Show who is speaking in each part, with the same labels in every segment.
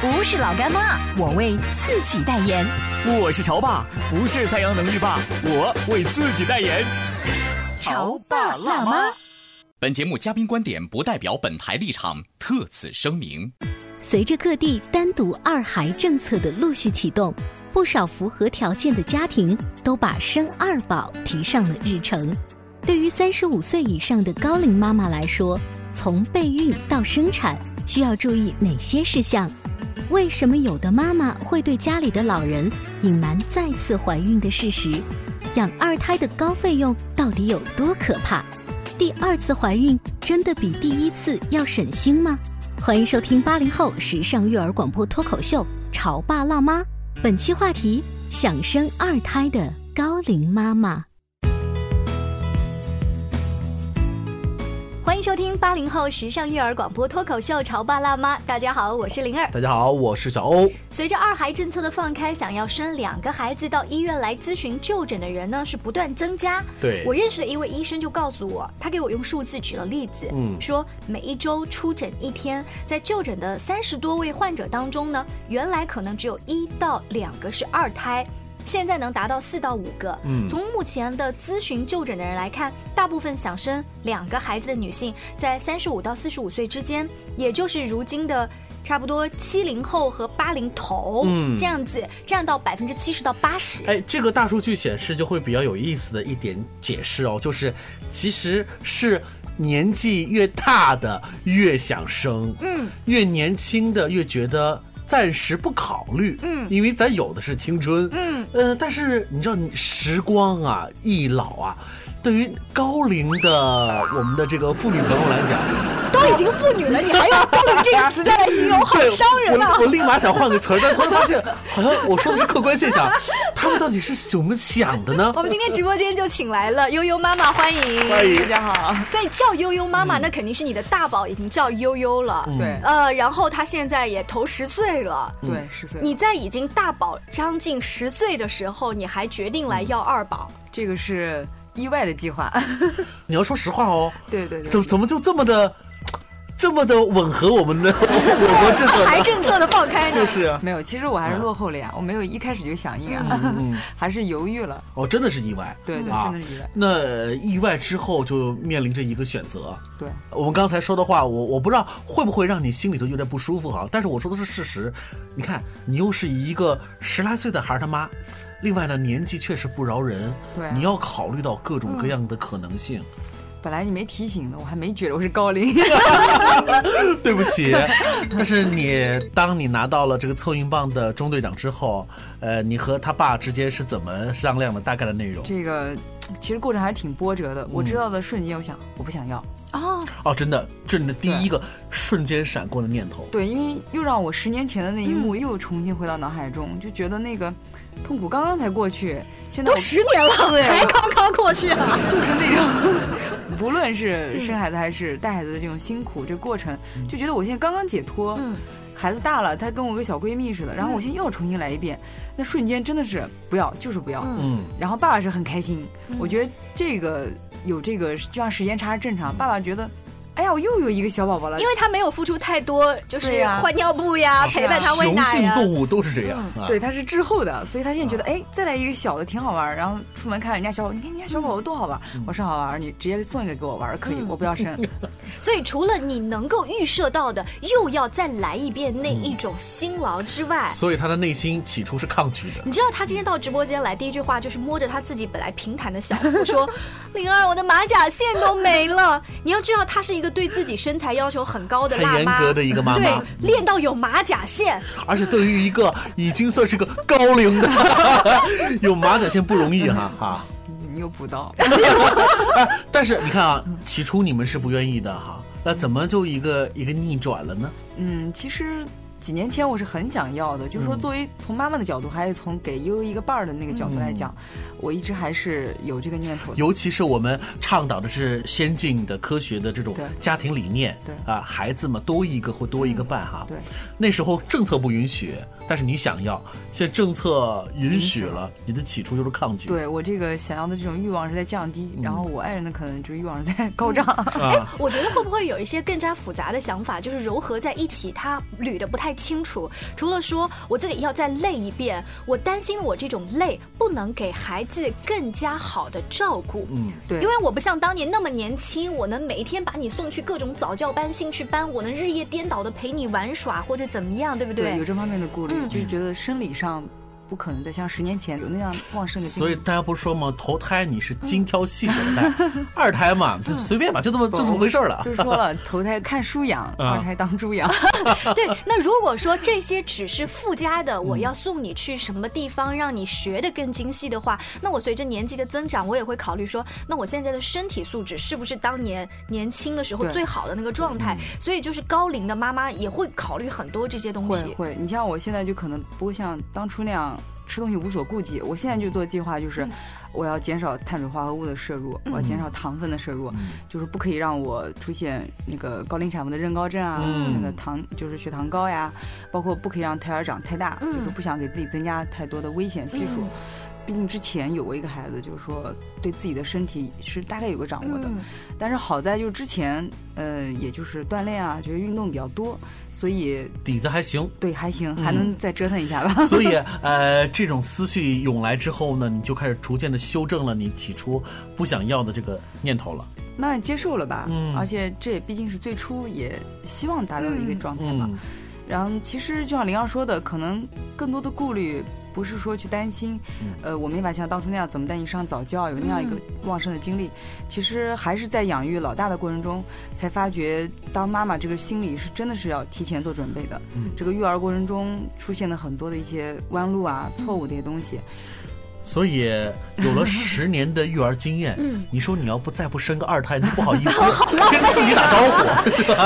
Speaker 1: 不是老干妈，我为自己代言。
Speaker 2: 我是潮爸，不是太阳能浴霸，我为自己代言。
Speaker 1: 潮爸辣妈。
Speaker 3: 本节目嘉宾观点不代表本台立场，特此声明。
Speaker 1: 随着各地单独二孩政策的陆续启动，不少符合条件的家庭都把生二宝提上了日程。对于三十五岁以上的高龄妈妈来说，从备孕到生产需要注意哪些事项？为什么有的妈妈会对家里的老人隐瞒再次怀孕的事实？养二胎的高费用到底有多可怕？第二次怀孕真的比第一次要省心吗？欢迎收听八零后时尚育儿广播脱口秀《潮爸辣妈》，本期话题：想生二胎的高龄妈妈。
Speaker 4: 欢迎收听八零后时尚育儿广播脱口秀《潮爸辣妈》，大家好，我是灵儿。
Speaker 5: 大家好，我是小欧。
Speaker 4: 随着二孩政策的放开，想要生两个孩子到医院来咨询就诊的人呢是不断增加。
Speaker 5: 对
Speaker 4: 我认识的一位医生就告诉我，他给我用数字举了例子，
Speaker 5: 嗯
Speaker 4: 说每一周出诊一天，在就诊的三十多位患者当中呢，原来可能只有一到两个是二胎。现在能达到四到五个。
Speaker 5: 嗯
Speaker 4: 从目前的咨询就诊的人来看，大部分想生两个孩子的女性，在三十五到四十五岁之间，也就是如今的差不多七零后和八零头，
Speaker 5: 嗯
Speaker 4: 这样子占到百分之七十到八十。
Speaker 5: 哎，这个大数据显示就会比较有意思的一点解释哦，就是其实是年纪越大的越想生，
Speaker 4: 嗯，
Speaker 5: 越年轻的越觉得暂时不考虑，
Speaker 4: 嗯
Speaker 5: 因为咱有的是青春，
Speaker 4: 嗯，
Speaker 5: 呃，但是你知道，你时光啊，易老啊。对于高龄的啊我们的呃这个妇女朋友来讲，
Speaker 4: 都已经妇女了，你还用“高龄”这个词再来形容，好
Speaker 5: 对
Speaker 4: 伤人啊
Speaker 5: 呃我！我立马想换个词儿，但突然发现好像我说的是客观现象，他们到底是怎么想 的呢？
Speaker 4: 我们今天直播间就请来了悠悠妈妈，欢迎，
Speaker 5: 欢迎嗯大
Speaker 4: 家好。所以叫悠悠妈妈，那肯定是你的大宝已经叫悠悠了，
Speaker 5: 对
Speaker 4: 呃，然后她现在也头十岁了。
Speaker 5: 嗯
Speaker 6: 对，十岁了。
Speaker 4: 你在已经大宝将近十岁的时候，你还决定来
Speaker 5: 嗯
Speaker 4: 要二宝，
Speaker 6: 这个是意外的计划，
Speaker 5: 你要说实话哦，
Speaker 6: 对对对
Speaker 5: 怎怎么就这么的，这么的吻合我们的 我国政策
Speaker 4: 还
Speaker 5: 呢？
Speaker 4: 政策的放开呢？
Speaker 5: 就是啊
Speaker 6: 没有，其实我还是
Speaker 5: 嗯
Speaker 6: 落后了呀，我没有一开始就响应啊，
Speaker 5: 嗯嗯
Speaker 6: 还是犹豫了。
Speaker 5: 哦，真的是意外，
Speaker 6: 对对，
Speaker 5: 啊
Speaker 6: 真的是意外。
Speaker 5: 那呃意外之后就面临着一个选择。
Speaker 6: 对，
Speaker 5: 我们刚才说的话，我我不知道会不会让你心里头有点不舒服哈，但是我说的是事实。你看，你又是一个十来岁的孩儿他妈，另外呢，年纪确实不饶人，
Speaker 6: 对啊
Speaker 5: 你要考虑到各种各样的可能性。
Speaker 6: 本来你没提醒呢，我还没觉得我是高龄。 嗯
Speaker 5: 对不起，但是你当你拿到了这个测孕棒的中队长之后，呃，你和他爸之间是怎么商量的大概的内容？
Speaker 6: 这个其实过程还是挺波折
Speaker 5: 嗯
Speaker 6: 的。我知道的瞬间，我想我不想要。
Speaker 4: 哦，
Speaker 5: 哦，真的，这是你的第一个瞬间闪过的念头。
Speaker 6: 对，因为又让我十年前的那一
Speaker 5: 嗯
Speaker 6: 幕又重新回到脑海中，就觉得那个痛苦刚刚才过去，现在
Speaker 4: 都
Speaker 6: 我
Speaker 4: 十年了，还刚刚过去啊！
Speaker 6: 就是那种，不论
Speaker 4: 嗯
Speaker 6: 是生孩子还是带孩子的这种辛苦这个过程，就觉得我现在刚刚解脱，
Speaker 4: 嗯
Speaker 6: 孩子大了，他跟我个小闺蜜似的，然后我现在又要重新来一遍，那瞬间真的是不要，就是不要。
Speaker 4: 嗯
Speaker 5: 嗯，
Speaker 6: 然后爸爸是很开心，我觉得这个有这个，就像时间差是正常。爸爸觉得，哎呀，我又有一个小宝宝了，
Speaker 4: 因为他没有付出太多，就
Speaker 6: 对
Speaker 4: 是
Speaker 6: 呀
Speaker 4: 换尿布呀、
Speaker 6: 是啊
Speaker 4: 陪伴他喂
Speaker 5: 雄
Speaker 4: 奶
Speaker 5: 性
Speaker 4: 呀、
Speaker 5: 动物都是这样啊。
Speaker 6: 嗯对，它是滞后的，所以他现在觉得，
Speaker 4: 嗯
Speaker 6: 哎，再来一个小的挺好玩儿。然后出门看人家小宝，你看人家小
Speaker 4: 嗯
Speaker 6: 宝宝多好玩儿，我说好玩儿，你直接送一个给我玩儿可以，我不要 生。
Speaker 4: 所以除了你能够预设到的，又要再来一遍那一种辛劳之外，
Speaker 5: 所以他的内心起初是抗拒的。
Speaker 4: 你知道他今天到直播间来第一句话就是摸着他自己本来平坦的小腹说：“灵儿，我的马甲线都没了。” 你要知道，她是一个对自己身材要求很高的
Speaker 5: 很
Speaker 4: 辣
Speaker 5: 严
Speaker 4: 妈，
Speaker 5: 格的一个妈妈
Speaker 4: 对，练到有马甲线，
Speaker 5: 而且对于一个已经算是个高龄的， 有马甲线不容易哈、哈、
Speaker 6: 你又补刀，
Speaker 5: 哎，但是你看啊，起初你们是不愿意的哈、那怎么就一个一个逆转了呢？
Speaker 6: 嗯，其实几年前我是很想要的，就是说
Speaker 5: 嗯
Speaker 6: 作为从妈妈的角度，还是从给悠悠一个伴儿的那个角度来讲，我一直还是有这个念头的。
Speaker 5: 尤其是我们倡导的是先进的科学的这种
Speaker 6: 对
Speaker 5: 家庭理念，
Speaker 6: 对
Speaker 5: 啊，孩子嘛多一个或多一个半哈、
Speaker 6: 对，
Speaker 5: 那时候政策不允许，但是你想要，现在政策允许了，你的起初就是抗拒。
Speaker 6: 对我这个想要的这种欲望是在降低，然后我爱人的可能就是欲望是在高涨。
Speaker 5: 啊，
Speaker 4: 我觉得会不会有一些更加复杂的想法，就是糅合在一起，他捋的不太清楚。除了说我自己要再累一遍，我担心我这种累不能给孩子更加好的照顾。
Speaker 5: 嗯，
Speaker 6: 对，
Speaker 4: 因为我不像当年那么年轻，我能每一天把你送去各种早教班、兴趣班，我能日夜颠倒的陪你玩耍或者怎么样，对不
Speaker 6: 对有
Speaker 4: 对？
Speaker 6: 这方面的顾虑，
Speaker 4: 嗯
Speaker 6: 就觉得生理上不可能再像十年前有那样旺盛的精
Speaker 5: 所以
Speaker 6: 力
Speaker 5: 大家不是说吗？头胎你是精挑细选的带，二胎嘛
Speaker 6: 嗯
Speaker 5: 随便吧，就这么就这么回事儿了
Speaker 6: 就。是说了，头胎看书养，
Speaker 5: 啊
Speaker 6: 二胎当猪养。
Speaker 4: 对。那如果说这些只是附加的，我要送你去什么地方让你学得更精细的话，那我随着年纪的增长，我也会考虑说，那我现在的身体素质是不是当年年轻的时候
Speaker 6: 对嗯
Speaker 4: 最好的那个状态？所以就是高龄的妈妈也会考虑很多这些东
Speaker 6: 会
Speaker 4: 西。
Speaker 6: 会，你像我现在就可能不会像当初那样吃东西无所顾忌，我现在就做计划，就是
Speaker 4: 嗯
Speaker 6: 我要减少碳水化合物的摄入，我要减少糖分的
Speaker 4: 嗯
Speaker 6: 摄入，就是不可以让我出现那个高龄产妇的妊高症啊，
Speaker 5: 嗯
Speaker 6: 那个糖就是血糖高呀，包括不可以让胎儿长太大，
Speaker 4: 嗯
Speaker 6: 就是不想给自己增加太多的危险系数。
Speaker 4: 嗯
Speaker 6: 毕竟之前有过一个孩子，就是说对自己的身体是大概有个掌握的，
Speaker 4: 嗯，
Speaker 6: 但是好在就是之前，呃，也就是锻炼啊，就是运动比较多，所以
Speaker 5: 底子还行，
Speaker 6: 对，还行，
Speaker 5: 嗯
Speaker 6: 还能再折腾一下吧。
Speaker 5: 所以呃，这种思绪涌来之后呢，你就开始逐渐的修正了你起初不想要的这个念头了。
Speaker 6: 慢慢接受了吧，
Speaker 5: 嗯
Speaker 6: 而且这也毕竟是最初也希望达到的一个状态嘛。
Speaker 5: 嗯，
Speaker 6: 然后其实就像灵儿说的，可能更多的顾虑不是说去担心，
Speaker 5: 嗯
Speaker 6: 呃，我没法像当初那样怎么带你上早教，有那样一个旺盛的精力。其实还是在养育老大的过程中，才发觉当妈妈这个心理是真的是要提前做准备的。
Speaker 5: 嗯
Speaker 6: 这个育儿过程中出现了很多的一些弯路啊、错误的一些东西，
Speaker 5: 所以有了十年的育儿经验，
Speaker 4: 嗯
Speaker 5: 你说你要不再不生个二胎，你不好意 啊思跟自己打招呼。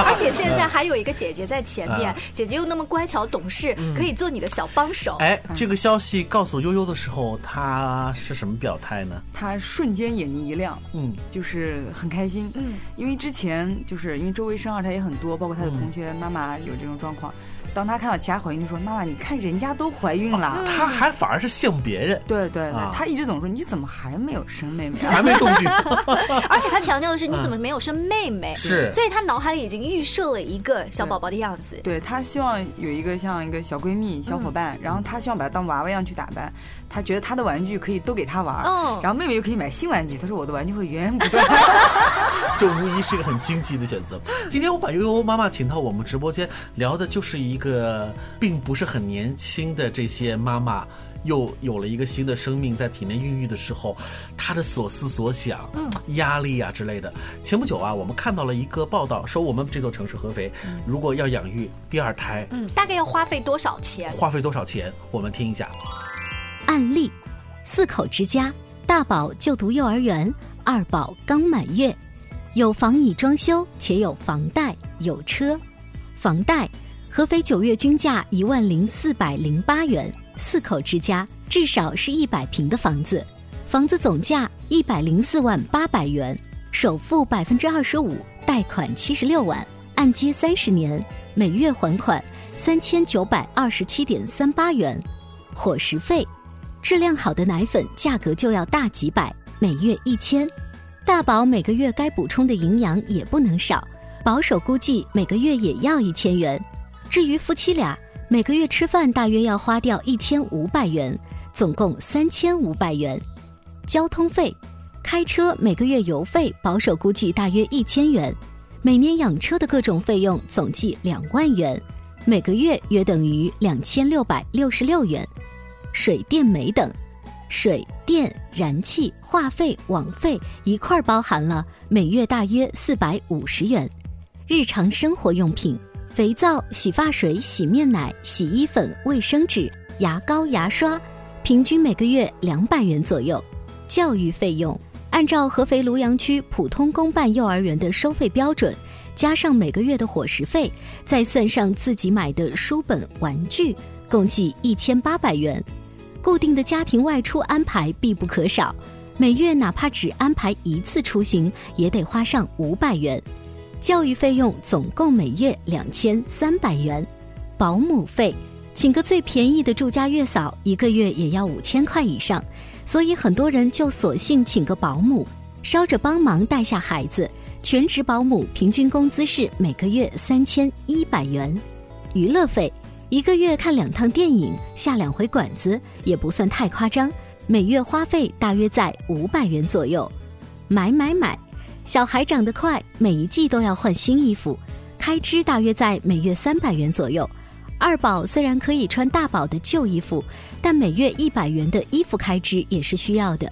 Speaker 4: 而且现在还有一个姐姐在前面，
Speaker 6: 嗯
Speaker 4: 姐姐又那么乖巧懂事，可以做你的小帮手。
Speaker 5: 哎，这个消息告诉悠悠的时候，她是什么表态呢？
Speaker 6: 她瞬间眼睛一亮，
Speaker 5: 嗯，
Speaker 6: 就是很开心。
Speaker 4: 嗯，
Speaker 6: 因为之前就是因为周围生二胎也很多，包括他的同学、妈妈有这种状况。当他看到其他怀孕的时候，妈妈你看人家都怀孕了，
Speaker 5: 她还反而是羡慕别人，
Speaker 6: 对对对，
Speaker 5: 啊
Speaker 6: 他一直总说你怎么还没有生妹妹啊？
Speaker 5: 还没动静。
Speaker 4: 而且她强调的是，你怎么没有生妹
Speaker 6: 嗯
Speaker 4: 妹？
Speaker 5: 是
Speaker 4: 所以她脑海里已经预设了一个小宝宝的样子。
Speaker 6: 对她希望有一个像一个小闺蜜、小伙
Speaker 4: 嗯
Speaker 6: 伴，然后她希望把她当娃娃一样去打扮，她觉得她的玩具可以都给她玩儿，
Speaker 4: 嗯
Speaker 6: 然后妹妹又可以买新玩具，她说我的玩具会源源不 断。
Speaker 5: 这无疑是一个很经济的选择。今天我把悠悠妈妈请到我们直播间，聊的就是一个并不是很年轻的这些妈妈。又有了一个新的生命在体内孕育的时候，她的所思所想、压力啊之类的。前不久啊，我们看到了一个报道，说我们这座城市合肥，如果要养育第二胎，
Speaker 4: 嗯，大概要花费多少 钱？
Speaker 5: 花费多少钱？我们听一下。
Speaker 1: 案例：四口之家，大宝就读幼儿园，二宝刚满月，有房拟装修，且有房贷，有车。房贷，合肥九月均价一万零四百零八元，四口之家至少是一百平的房子，房子总价一百零四万八百元，首付百分之二十五，贷款七十六万，按揭三十年，每月还款三千九百二十七点三八元，伙食费质量好的奶粉价格就要大几百，每月一千。大宝每个月该补充的营养也不能少，保守估计每个月也要一千元。至于夫妻俩，每个月吃饭大约要花掉一千五百元，总共三千五百元。交通费，开车每个月油费保守估计大约一千元，每年养车的各种费用总计两万元，每个月约等于两千六百六十六元。水电煤等，水电、燃气、话费、网费一块儿包含了，每月大约四百五十元。日常生活用品，肥皂、洗发水、洗面奶、洗衣粉、卫生纸、牙膏、牙刷，平均每个月两百元左右。教育费用，按照合肥庐阳区普通公办幼儿园的收费标准，加上每个月的伙食费，再算上自己买的书本、玩具，共计一千八百元。固定的家庭外出安排必不可少，每月哪怕只安排一次出行，也得花上五百元。教育费用总共每月两千三百元，保姆费，请个最便宜的住家月嫂，一个月也要五千块以上，所以很多人就索性请个保姆，捎着帮忙带下孩子。全职保姆平均工资是每个月三千一百元。娱乐费，一个月看两趟电影，下两回馆子，也不算太夸张，每月花费大约在五百元左右。买买买，小孩长得快，每一季都要换新衣服，开支大约在每月三百元左右。二宝虽然可以穿大宝的旧衣服，但每月一百元的衣服开支也是需要的。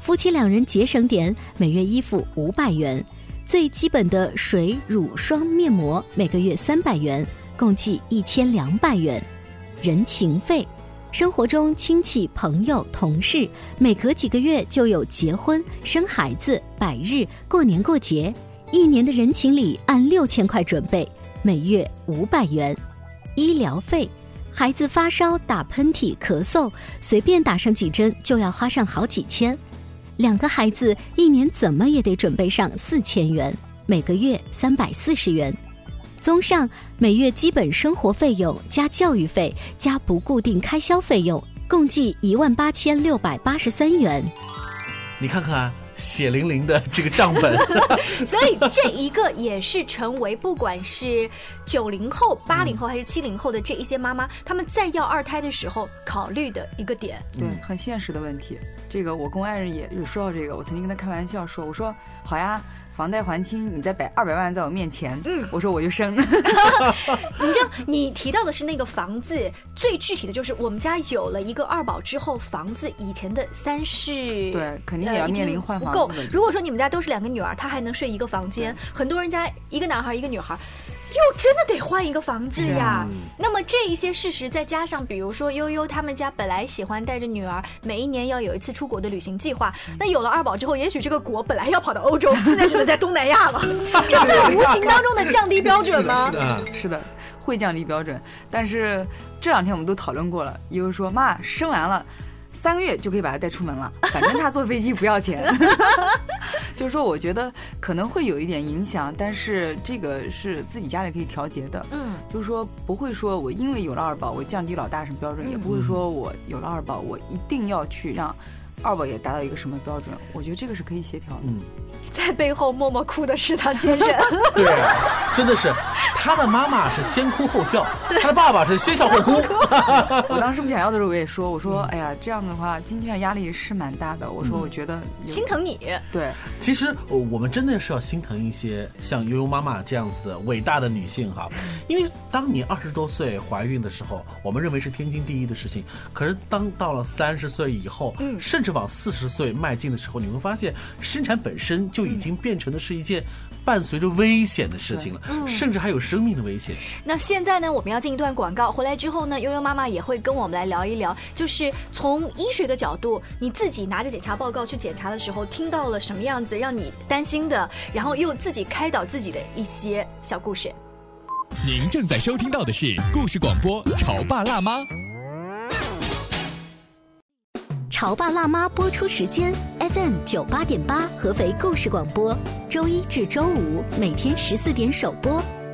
Speaker 1: 夫妻两人节省点，每月衣服五百元。最基本的水、乳、霜、面膜每个月三百元，共计一千两百元。人情费，生活中亲戚、朋友、同事，每隔几个月就有结婚、生孩子、百日、过年过节，一年的人情礼按六千块准备，每月五百元。医疗费，孩子发烧、打喷嚏、咳嗽，随便打上几针就要花上好几千。两个孩子一年怎么也得准备上四千元，每个月三百四十元。综上，每月基本生活费用加教育费加不固定开销费用，共计一万八千六百八十三元。
Speaker 5: 你看看啊，血淋淋的这个账本，
Speaker 4: 所以这一个也是成为不管是九零后、八零后还是七零后的这一些妈妈，她们在要二胎的时候考虑的一个点。
Speaker 6: 对，很现实的问题。这个我跟我爱人也有说到这个，我曾经跟他开玩笑说，我说好呀，房贷还清，你再摆二百万在我面前，
Speaker 4: 嗯
Speaker 6: 我说我 就生。
Speaker 4: 你知道，你提到的是那个房子，最具体的就是我们家有了一个二宝之后，房子以前的三室
Speaker 6: 对肯定也要
Speaker 4: 呃一定
Speaker 6: 面临换房
Speaker 4: 不够
Speaker 6: 子的问题。
Speaker 4: 如果说你们家都是两个女儿，她还能睡一个房间，很多人家一个男孩一个女孩。又真的得换一个房子呀。
Speaker 6: 嗯
Speaker 4: 那么这一些事实，再加上比如说悠悠他们家本来喜欢带着女儿每一年要有一次出国的旅行计划，
Speaker 6: 嗯
Speaker 4: 那有了二宝之后，也许这个国本来要跑到欧 洲，现在只能在东南亚了，这不是无形当中的降低标准吗
Speaker 6: 是？的，是的，会降低标准。但是这两天我们都讨论过了，也就是说，妈生完了。三个月就可以把他带出门了，反正他坐飞机不要 钱。就是说，我觉得可能会有一点影响，但是这个是自己家里可以调节的。
Speaker 4: 嗯。
Speaker 6: 就是说不会说我因为有了二宝，我降低老大什么标准，也不会说我有了二宝，我一定要去让二宝也达到一个什么标准。我觉得这个是可以协调的。
Speaker 4: 在背后默默哭的是他先生，
Speaker 5: 对，啊真的是，他的妈妈是先哭后笑，他的爸爸是先笑后哭。
Speaker 6: 我当时不想要的时候，我也说，我说，哎呀，这样的话经济上压力是蛮大的。我说，我觉得 有
Speaker 4: 心。疼你。
Speaker 6: 对，
Speaker 5: 其实呃我们真的是要心疼一些像悠悠妈妈这样子的伟大的女性哈，因为当你二十多岁怀孕的时候，我们认为是天经地义的事情，可是当到了三十岁以后，
Speaker 4: 嗯
Speaker 5: 甚至往四十岁迈进的时候，你会发现生产本身就已经变成的是一件伴随着危险的事情了，甚至还有生命的危险。
Speaker 4: 那现在呢，我们要进一段广告，回来之后呢，悠悠妈妈也会跟我们来聊一聊，就是从医学的角度，你自己拿着检查报告去检查的时候，听到了什么样子让你担心的，然后又自己开导自己的一些小故事。
Speaker 3: 您正在收听到的是故事广播《潮爸辣妈》。
Speaker 1: 《潮爸辣妈》播出时间：FM 九八点八，合肥故事广播，周一至周五每天十四点首播，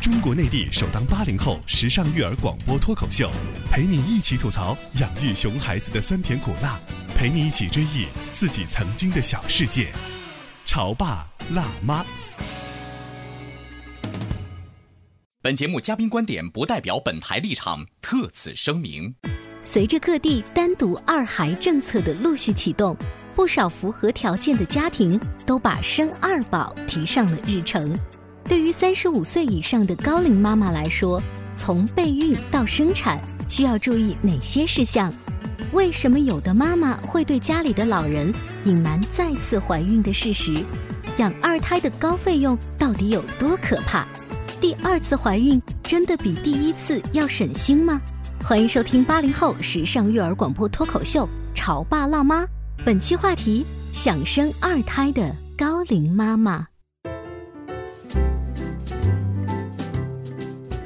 Speaker 7: 中国内地首档八零后时尚育儿广播脱口秀，陪你一起吐槽养育熊孩子的酸甜苦辣，陪你一起追忆自己曾经的小世界。潮爸辣妈，
Speaker 3: 本节目嘉宾观点不代表本台立场，特此声明。
Speaker 1: 随着各地单独二孩政策的陆续启动，不少符合条件的家庭都把生二宝提上了日程。对于三十五岁以上的高龄妈妈来说，从备孕到生产需要注意哪些事项？为什么有的妈妈会对家里的老人隐瞒再次怀孕的事实？养二胎的高费用到底有多可怕？第二次怀孕真的比第一次要省心吗？欢迎收听八零后时尚育儿广播脱口秀《潮爸辣妈》，本期话题：想生二胎的高龄妈妈。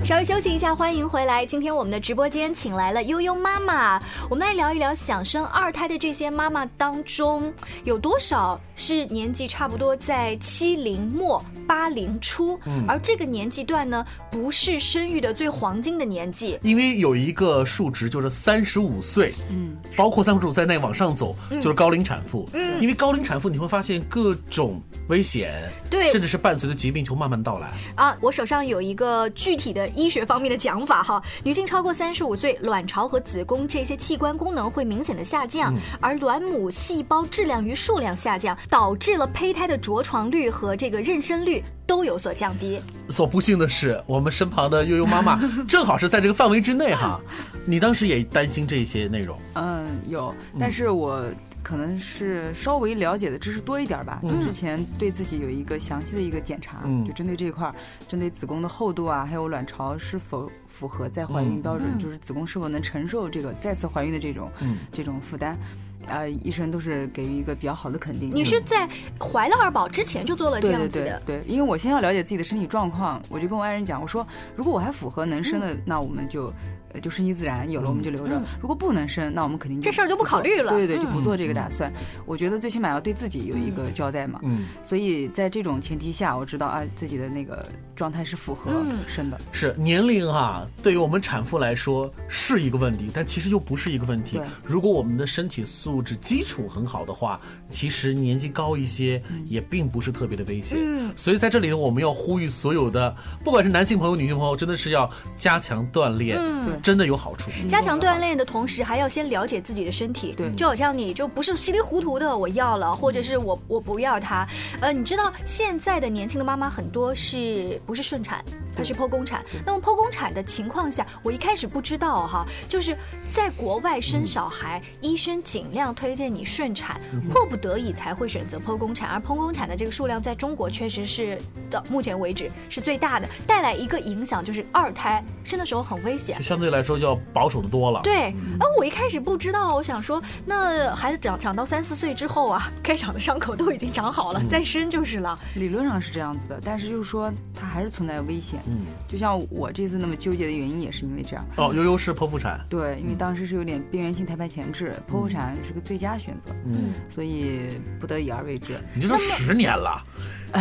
Speaker 4: 稍微休息一下，欢迎回来。今天我们的直播间请来了悠悠妈妈，我们来聊一聊想生二胎的这些妈妈当中，有多少是年纪差不多在七零末八零初，而这个年纪段呢，不是生育的最黄金的年纪。
Speaker 5: 因为有一个数值就是三十五岁，嗯，包括三十五在内往上走，就是高龄产妇。嗯，因为高龄产妇你会发现各种危险，
Speaker 4: 对
Speaker 5: 甚至是伴随着疾病就慢慢到来。
Speaker 4: 啊，我手上有一个具体的医学方面的讲法哈。女性超过三十五岁，卵巢和子宫这些器官功能会明显的下
Speaker 6: 嗯
Speaker 4: 降，而卵母细胞质量与数量下降，导致了胚胎的着床率和这个妊娠率都有所降低。
Speaker 5: 所不幸的是，我们身旁的悠悠妈妈正好是在这个范围之内哈。你当时也担心这些内容，
Speaker 6: 嗯，有，但是我可能是稍微了解的知识多一点儿吧。就之前对自己有一个详细的一个检查，
Speaker 5: 嗯
Speaker 6: 就针对这一块儿，针对子宫的厚度啊，还有卵巢是否符合再怀孕标准，
Speaker 4: 嗯
Speaker 6: 就是子宫是否能承受这个再次怀孕的这种、
Speaker 5: 嗯
Speaker 6: 这种负担。呃，医生都是给予一个比较好的肯定。
Speaker 4: 你是在怀了二宝之前就做了这
Speaker 6: 对
Speaker 4: 样
Speaker 6: 嗯对
Speaker 4: 子
Speaker 6: 对
Speaker 4: 的，
Speaker 6: 对，因为我先要了解自己的身体状况，我就跟我爱人讲，我说如果我还符合能生
Speaker 4: 嗯
Speaker 6: 的，那我们就。呃就顺其自然，有了我们就留着；如果不能生，那我们肯定就
Speaker 4: 这事儿就不考虑了
Speaker 6: 对对，对就不
Speaker 5: 嗯
Speaker 6: 做这个打算。我觉得最起码要对自己有一个交代嘛。
Speaker 5: 嗯，
Speaker 6: 所以在这种前提下，我知道啊自己的那个状态是符合
Speaker 4: 嗯
Speaker 6: 生的。
Speaker 5: 是年龄哈、对于我们产妇来说是一个问题，但其实又不是一个问题
Speaker 6: 对。
Speaker 5: 如果我们的身体素质基础很好的话，其实年纪高一些也并不是特别的危险。
Speaker 4: 嗯
Speaker 5: 所以在这里呢，我们要呼吁所有的，不管是男性朋友、女性朋友，真的是要加强锻炼，
Speaker 4: 嗯
Speaker 5: 真的有好处。
Speaker 4: 加强锻炼的同时，还要先了解自己的身体。
Speaker 6: 对
Speaker 4: 就好像你就不是稀里糊涂的我要了，或者是我我不要它。呃，你知道现在的年轻的妈妈很多是不是顺产，她是剖宫产。那么剖宫产的情况下，我一开始不知道哈，就是在国外生小孩，医生尽量推荐你顺产，迫不得已才会选择剖宫产。而剖宫产的这个数量在中国确实是到目前为止是最大的，带来一个影响就是二胎生的时候很危险
Speaker 5: 就。相对来说就要保守的多了。
Speaker 4: 对，啊，我一开始不知道，我想说，那孩子长长到三四岁之后啊， 该长的伤口都已经长好了，
Speaker 5: 嗯
Speaker 4: 再生就是了。
Speaker 6: 理论上是这样子的，但是就是说它还是存在危险。
Speaker 5: 嗯，
Speaker 6: 就像我这次那么纠结的原因，也是因为这样。
Speaker 5: 哦，悠悠是剖腹产，
Speaker 6: 对，
Speaker 4: 嗯
Speaker 6: 因为当时是有点边缘性胎盘前置，剖腹产是个最佳选择。
Speaker 5: 嗯，
Speaker 6: 所以不得已而为之。
Speaker 5: 你这都十年了，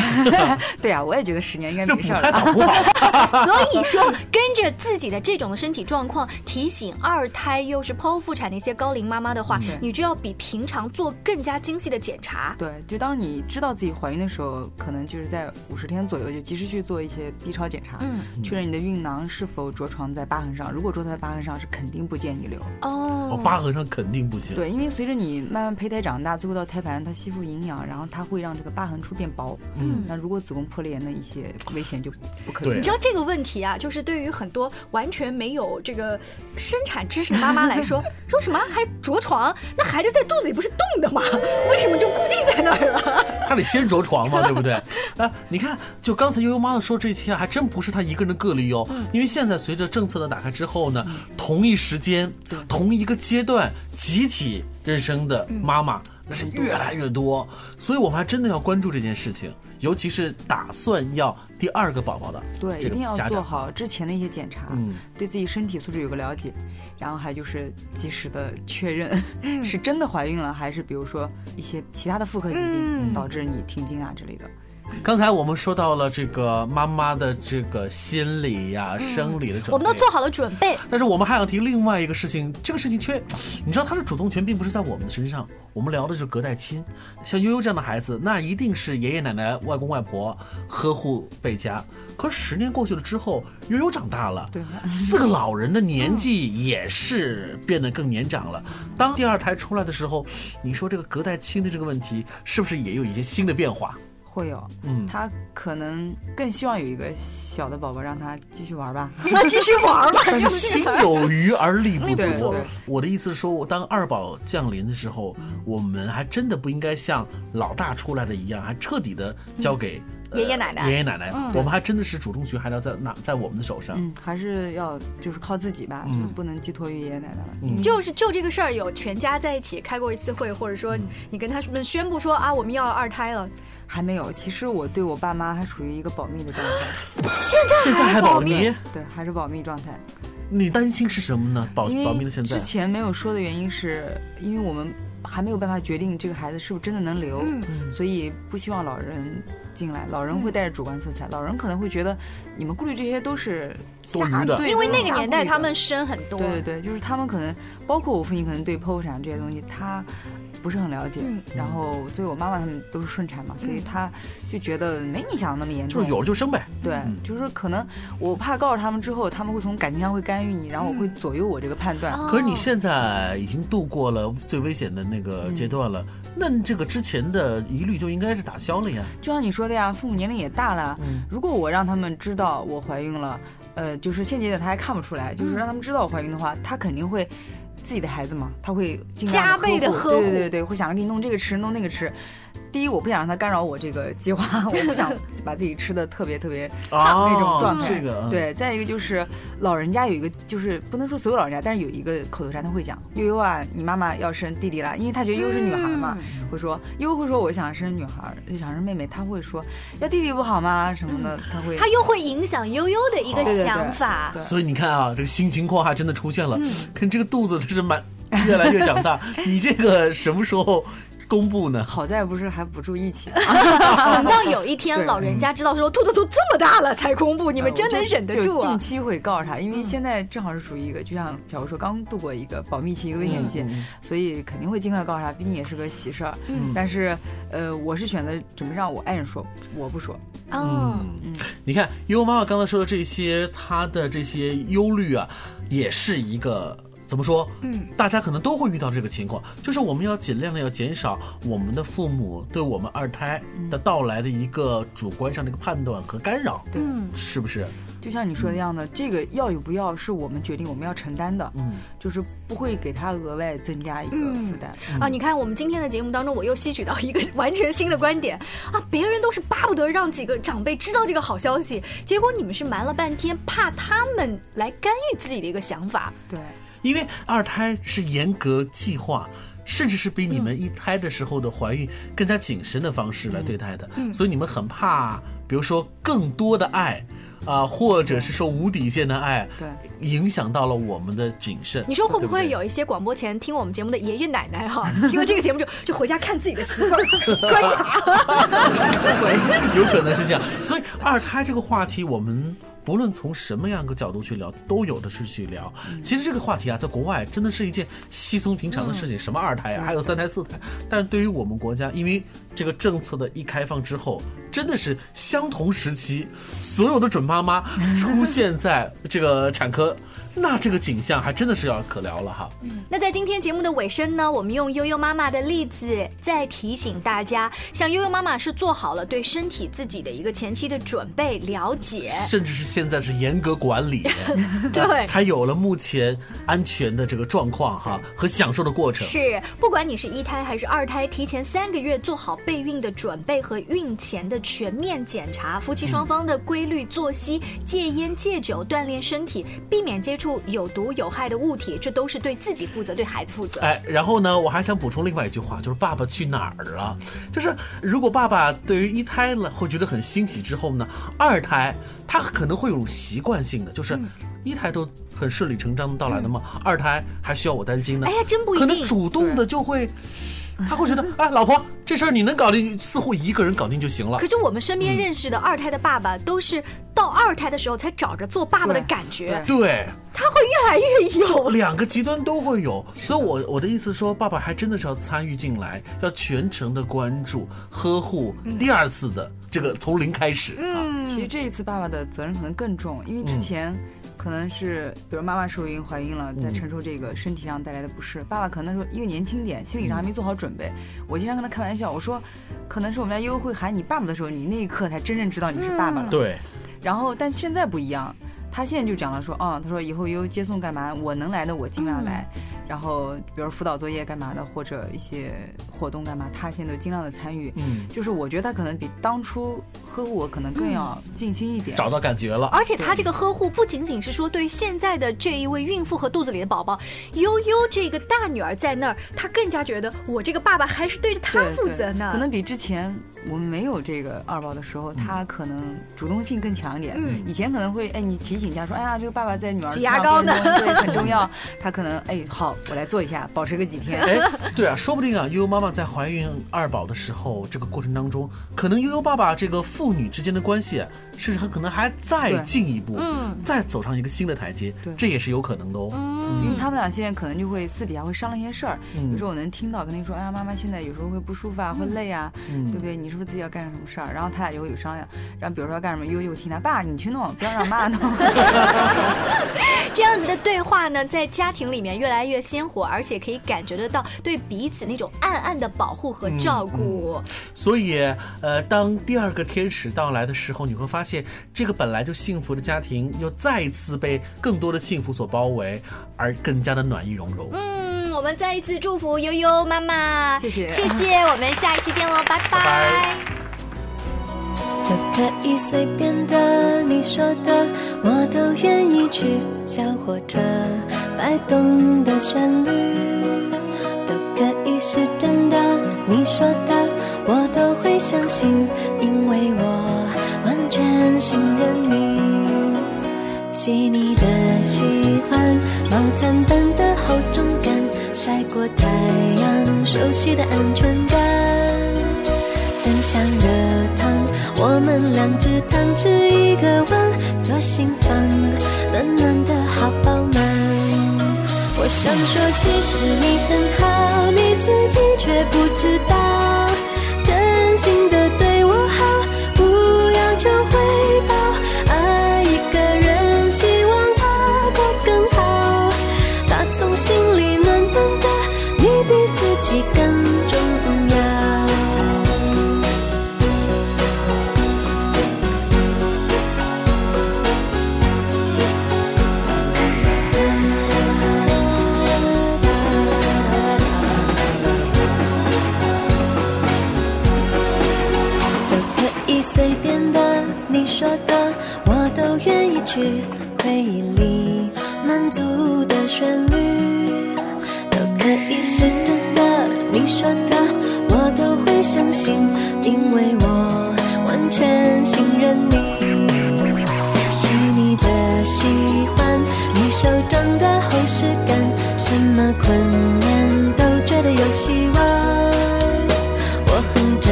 Speaker 6: 对啊，我也觉得十年应该
Speaker 5: 这
Speaker 6: 没
Speaker 5: 补
Speaker 6: 事儿
Speaker 5: 胎
Speaker 6: 了。
Speaker 5: 早不好。
Speaker 4: 所以说，跟着自己的这种身体状况提醒二胎又是剖腹产的一些高龄妈妈的话，
Speaker 5: 嗯
Speaker 4: 你就要比平常做更加精细的检查。
Speaker 6: 对，就当你知道自己怀孕的时候，可能就是在五十天左右就及时去做一些 B 超检查，
Speaker 4: 嗯
Speaker 6: 确认你的孕囊是否着床在疤痕上。如果着床在疤痕上，是肯定不建议留。
Speaker 5: 哦
Speaker 4: 哦，
Speaker 5: 疤痕上肯定不行。
Speaker 6: 对，因为随着你慢慢胚胎长大，最后到胎盘它吸附营养，然后它会让这个疤痕处变薄。
Speaker 4: 嗯
Speaker 6: 那如果子宫破裂，那一些危险就不可
Speaker 4: 你
Speaker 5: 对
Speaker 6: 避免
Speaker 4: 知。道这个问题啊，就是对于很多完全没有这个生产知识的妈妈来 说，说什么还着床，那孩子在肚子里不是动的吗？ 为什么就固定在那儿了？
Speaker 5: 他得先着床嘛，对不对？ 啊，你看，就刚才悠悠妈妈说这些，还真不是她一个人的个例哦。
Speaker 4: 嗯
Speaker 5: 因为现在随着政策的打开之后
Speaker 4: 嗯
Speaker 5: 呢，同一时间、同一个阶段集体妊娠的妈妈，那是越来越多，所以我们还真的要关注这件事情，尤其是打算要第二个宝宝的
Speaker 6: 对，
Speaker 5: 这
Speaker 6: 一
Speaker 5: 个
Speaker 6: 定要
Speaker 5: 家
Speaker 6: 做
Speaker 5: 长，
Speaker 6: 好之前的一些检查，
Speaker 5: 嗯，
Speaker 6: 对自己身体素质有个了解，然后还有就是及时的确认、
Speaker 4: 嗯
Speaker 6: 是真的怀孕了，还是比如说一些其他的妇科疾病、
Speaker 4: 嗯
Speaker 6: 导致你停经啊之类的。
Speaker 5: 刚才我们说到了这个妈妈的这个心理呀、生理的准
Speaker 4: 嗯
Speaker 5: 备，
Speaker 4: 我们都做好了准备，
Speaker 5: 但是我们还想提另外一个事情，这个事情却，你知道它的主动权并不是在我们的身上，我们聊的就是隔代亲，像悠悠这样的孩子，那一定是爷爷奶奶、外公外婆呵护备家。可是十年过去了之后，悠悠长大了，
Speaker 6: 对，
Speaker 5: 四个老人的年纪也是变得更年长了。当第二胎出来的时候，你说这个隔代亲的这个问题，是不是也有一些新的变化？
Speaker 6: 会有，
Speaker 5: 嗯
Speaker 6: 他可能更希望有一个小的宝宝，让他继续玩儿吧。
Speaker 4: 那继续玩 吧。
Speaker 5: 但是心有余而力不
Speaker 6: 对
Speaker 5: 足
Speaker 6: 对。
Speaker 5: 我的意思是说，我当二宝降临的时候，我们还真的不应该像老大出来的一样，还彻底的交给、呃
Speaker 4: 爷爷嗯奶奶
Speaker 5: 爷爷奶奶，我们还真的是主动权还要在那在我们的手上。
Speaker 6: 嗯，还是要就是靠自己吧，就是不能寄托于爷爷奶奶了。
Speaker 5: 嗯
Speaker 4: 就是就这个事儿，有全家在一起开过一次会，或者说你跟他们宣布说啊，我们要二胎了，
Speaker 6: 还没有，其实我对我爸妈还处于一个保密的状态，
Speaker 5: 现在还保密，
Speaker 6: 对，还是保密状态。
Speaker 5: 你担心是什么呢？保
Speaker 6: 因为
Speaker 5: 保密的现在
Speaker 6: 之，前没有说的原因是，因为我们还没有办法决定这个孩子是不是真的能留，
Speaker 4: 嗯
Speaker 5: 嗯
Speaker 6: 所以不希望老人进来。老人会带着主观色彩，老人可能会觉得你们顾虑这些都是
Speaker 5: 多
Speaker 6: 瞎
Speaker 5: 余的
Speaker 6: 对
Speaker 4: 因为
Speaker 6: 都
Speaker 4: 那
Speaker 6: 是
Speaker 4: 个
Speaker 6: 瞎
Speaker 4: 年代
Speaker 6: 顾虑
Speaker 4: 他
Speaker 6: 的
Speaker 4: 们生很多，
Speaker 6: 对对对，就是他们可能包括我父亲，可能对剖腹产这些东西他不是很了解，
Speaker 4: 嗯
Speaker 6: 然后所以我妈妈他们都是顺产嘛，所以他就觉得没你想的那么严
Speaker 5: 就
Speaker 6: 重。
Speaker 5: 是有了嗯就生呗。
Speaker 6: 对，就是可能我怕告诉他们之后，他们会从感情上会干预你，然后我会左右我这个判断。
Speaker 4: 嗯哦
Speaker 5: 可是你现在已经度过了最危险的那个阶段了，那这个之前的疑虑就应该是打消了呀。
Speaker 6: 就像你说的呀，父母年龄也大了，如果我让他们知道我怀孕了，呃，就是现阶段他还看不出来，
Speaker 4: 嗯
Speaker 6: 就是让他们知道我怀孕的话，他肯定会。自己的孩子嘛，他会尽量
Speaker 4: 加倍地呵护
Speaker 6: 对对对对，会想着你弄这个吃，弄那个吃。第一，我不想让他干扰我这个计划，我 不想把自己吃的特别特别
Speaker 5: 啊
Speaker 6: 那种状态。
Speaker 5: 这个嗯
Speaker 6: 对，再一个就是老人家有一个，就是不能说所有老人家，但是有一个口头禅他会讲：“悠悠啊，你妈妈要生弟弟了，因为他觉得悠悠是女孩嘛。
Speaker 4: 嗯
Speaker 6: 会说悠悠会说我想生女孩，想生妹妹，他会说要弟弟不好吗？什么的，他会
Speaker 4: 嗯他又会影响悠悠的一个
Speaker 6: 对对对
Speaker 4: 想法。
Speaker 6: 对
Speaker 5: 所以你看啊，这个新情况还真的出现了。看这个肚子，它是满越来越长 大。你这个什么时候公布呢？
Speaker 6: 好在不是还不住一起，
Speaker 4: 等到有一天老人家知道说兔子都这么大了才公布，你们真能忍得住
Speaker 6: 呃就近
Speaker 4: 啊！
Speaker 6: 期会告诉他，因为现在正好是属于一个，就像小吴说，刚度过一个保密期，一个危
Speaker 4: 嗯
Speaker 6: 险期，所以肯定会尽快告诉他，毕竟也是个喜事儿。
Speaker 4: 嗯
Speaker 6: 但是，呃，我是选择准备让我爱人说，我不说。嗯
Speaker 4: 哦，
Speaker 5: 嗯你看，因为我妈妈刚才说的这些，她的这些忧虑啊，也是一个怎么说？嗯，大家可能都会遇到这个情况，就是我们要尽量的要减少我们的父母对我们二胎的到来的一个主观上的一个判断和干扰，
Speaker 6: 对
Speaker 4: 嗯
Speaker 5: 是不是？
Speaker 6: 就像你说的一样的，这个要与不要是我们决定，我们要承担的，
Speaker 5: 嗯，
Speaker 6: 就是不会给他额外增加一个负担。
Speaker 5: 嗯
Speaker 4: 啊！你看，我们今天的节目当中，我又吸取到一个 完全新的观点啊！别人都是巴不得让几个长辈知道这个好消息，结果你们是瞒了半天，怕他们来干预自己的一个想法。
Speaker 6: 对，
Speaker 5: 因为二胎是严格计划，甚至是比你们一胎的时候的怀孕更加谨慎的方式来对待的，所以你们很怕，比如说更多的爱。啊、或者是说无底线的爱，
Speaker 6: 对，
Speaker 5: 影响到了我们的谨慎。
Speaker 4: 你说会不
Speaker 5: 对
Speaker 4: 会
Speaker 5: 对
Speaker 4: 有一些广播前听我们节目的爷爷奶奶哈、听了这个节目就就回家看自己的媳妇儿 观察？
Speaker 5: 有可能是这样。所以二胎这个话题，我们不论从什么样的角度去聊，都有的是去聊。其实这个话题啊，在国外真的是一件稀松平常的事情，什么二胎啊，还有三胎、四胎。但是对于我们国家，因为这个政策的一开放之后，真的是相同时期，所有的准妈妈出现在这个产科，那这个景象还真的是要可聊了哈。
Speaker 4: 那在今天节目的尾声呢，我们用悠悠妈妈的例子再提醒大家，像悠悠妈妈是做好了对身体自己的一个前期的准备了解，
Speaker 5: 甚至是现在是严格管理，
Speaker 4: 对。
Speaker 5: 才有了目前安全的这个状况哈和享受的过程。
Speaker 4: 是，不管你是一胎还是二胎，提前三个月做好备孕的准备和孕前的全面检查，夫妻双方的规律作息、戒烟戒酒、锻炼身体，避免接触。触有毒有害的物体，这都是对自己负责，对孩子负责。
Speaker 5: 哎，然后呢，我还想补充另外一句话，就是爸爸去哪儿了？就是如果爸爸对于一胎了会觉得很欣喜之后呢，二胎他可能会有习惯性的，就是
Speaker 4: 嗯
Speaker 5: 一胎都很顺理成章的到来的嘛，二胎还需要我担心呢？
Speaker 4: 哎呀真不一
Speaker 5: 可
Speaker 4: 定
Speaker 5: 能主动的就会，他会觉得，哎，老婆，这事儿你能搞定，似乎一个人搞定就行了
Speaker 4: 可。是我们身边认识的二胎的爸爸，都是到二胎的时候才找着做爸爸的
Speaker 6: 对
Speaker 4: 感觉，
Speaker 5: 对，
Speaker 4: 他会越来越
Speaker 5: 就
Speaker 4: 有。
Speaker 5: 两个极端都会有，所以我，我的意思说，爸爸还真的是要参与进来，要全程的关注、呵护第二次的这个从零开始啊。
Speaker 4: 嗯
Speaker 6: 其实这一次爸爸的责任可能更重，因为之前可能是比如妈妈受孕怀孕了，在承受这个身体上带来的不适，爸爸可能那时候因为年轻点，心理上还没做好准备。我经常跟他开玩笑，我说，可能是我们家悠悠会喊你爸爸的时候，你那一刻才真正知道你是爸爸了。
Speaker 5: 对，
Speaker 6: 然后，但现在不一样，他现在就讲了说，啊、他说以后有接送干嘛，我能来的我尽量
Speaker 4: 嗯
Speaker 6: 来。然后，比如辅导作业干嘛的，或者一些活动干嘛，他现在都尽量的参与。
Speaker 5: 嗯，
Speaker 6: 就是我觉得他可能比当初呵护我可能更要
Speaker 4: 嗯
Speaker 6: 尽心一点。
Speaker 5: 找到感觉了。哎
Speaker 4: 而且他这个呵护不仅仅是说对现在的这一位孕妇和肚子里的宝宝，悠悠这个大女儿在那儿，她更加觉得我这个爸爸还是对着她
Speaker 6: 对
Speaker 4: 负
Speaker 6: 对
Speaker 4: 责呢。
Speaker 6: 可能比之前我们没有这个二宝的时候，他可能主动性更强一点。
Speaker 4: 嗯
Speaker 6: 以前可能会哎，你提醒一下说，哎呀，这个爸爸 在女儿
Speaker 4: 挤
Speaker 6: 身
Speaker 4: 牙
Speaker 6: 上
Speaker 4: 膏
Speaker 6: 做
Speaker 4: 呢
Speaker 6: 了什么对，很重要。他可能哎，好，我来做一下，保持个几 天。
Speaker 5: 哎，对啊，说不定啊，悠悠妈妈在怀孕二宝的时候，这个过程当中，可能悠悠爸爸这个父女之间的关系，甚至很可能还再
Speaker 6: 对
Speaker 5: 进一步，
Speaker 4: 嗯
Speaker 5: 再走上一个新的台阶
Speaker 6: 对，嗯
Speaker 5: 这也是有可能的哦。
Speaker 6: 因为他们俩现在可能就会私底下会商量一些事儿，
Speaker 5: 嗯
Speaker 6: 有时候我能听到，跟你说，哎呀，妈妈现在有时候会不舒服啊，会累啊，
Speaker 5: 嗯
Speaker 6: 对不对？你是不是自己要干什么事儿？然后他俩就会有商量，然后比如说要干什么，悠悠听他爸，你去弄，不要让妈弄。
Speaker 4: 这样子的对话呢，在家庭里面越来越鲜活，而且可以感觉得到对彼此那种暗暗的保护和照顾。
Speaker 5: 所以，呃，当第二个天使到来的时候，你会发现，这个本来就幸福的家庭，又再一次被更多的幸福所包围，而更加的暖意融融。
Speaker 4: 嗯，我们再一次祝福悠悠妈妈，
Speaker 6: 谢谢
Speaker 4: 谢谢，我们下一期见喽，拜拜
Speaker 8: 就可以随便的，你说的我都愿意去小火车，摆动的旋律都可以是真的，你说的我都会相信，因为我完全信任你。细腻的喜欢，毛毯般的厚重感，晒过太阳，熟悉的安全感。分享的糖，我们两只糖吃一个碗，左心房，暖暖的好饱满。我想说，其实你很好，你自己却不知道，真心的对我好，不要求回报。爱一个人，希望他过更好，打从心里暖暖的，你比自己更重要。都可以随便的，你说的我都愿意去回忆里满足的旋律，都可以是真的，你说的我都会相信，因为我完全信任你。细腻的喜欢，你手掌的厚实感，什么困难都觉得有希望。我哼着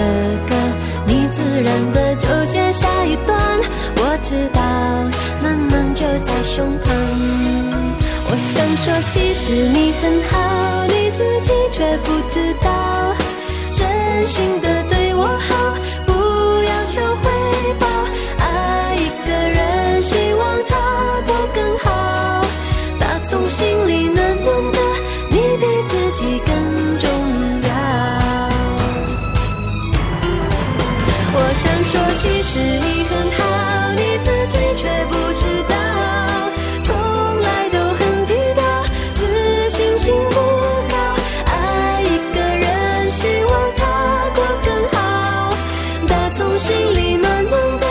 Speaker 8: 歌，你自然的就接下一段，我知道，慢慢就在胸膛。我想说，其实你很好，你自己却不知道，真心的对我好，不要求回报。爱一个人，希望他过更好，打从心里暖暖的，你比自己更重要。我想说，其实你很好，你自己却不知道，从来都很低调，自信心不高。爱一个人，希望他过更好，打从心里暖暖的，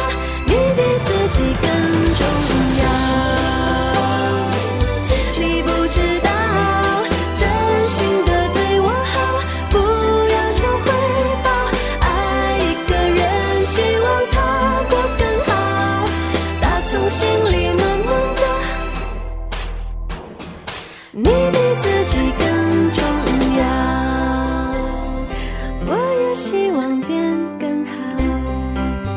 Speaker 8: 你比自己更重要。从心里慢慢的，你比自己更重要。我也希望变更好。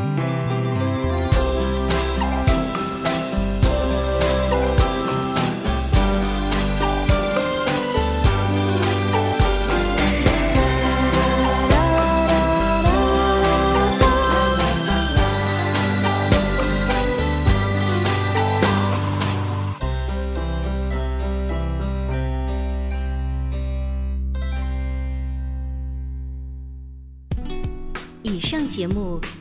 Speaker 1: 以上节目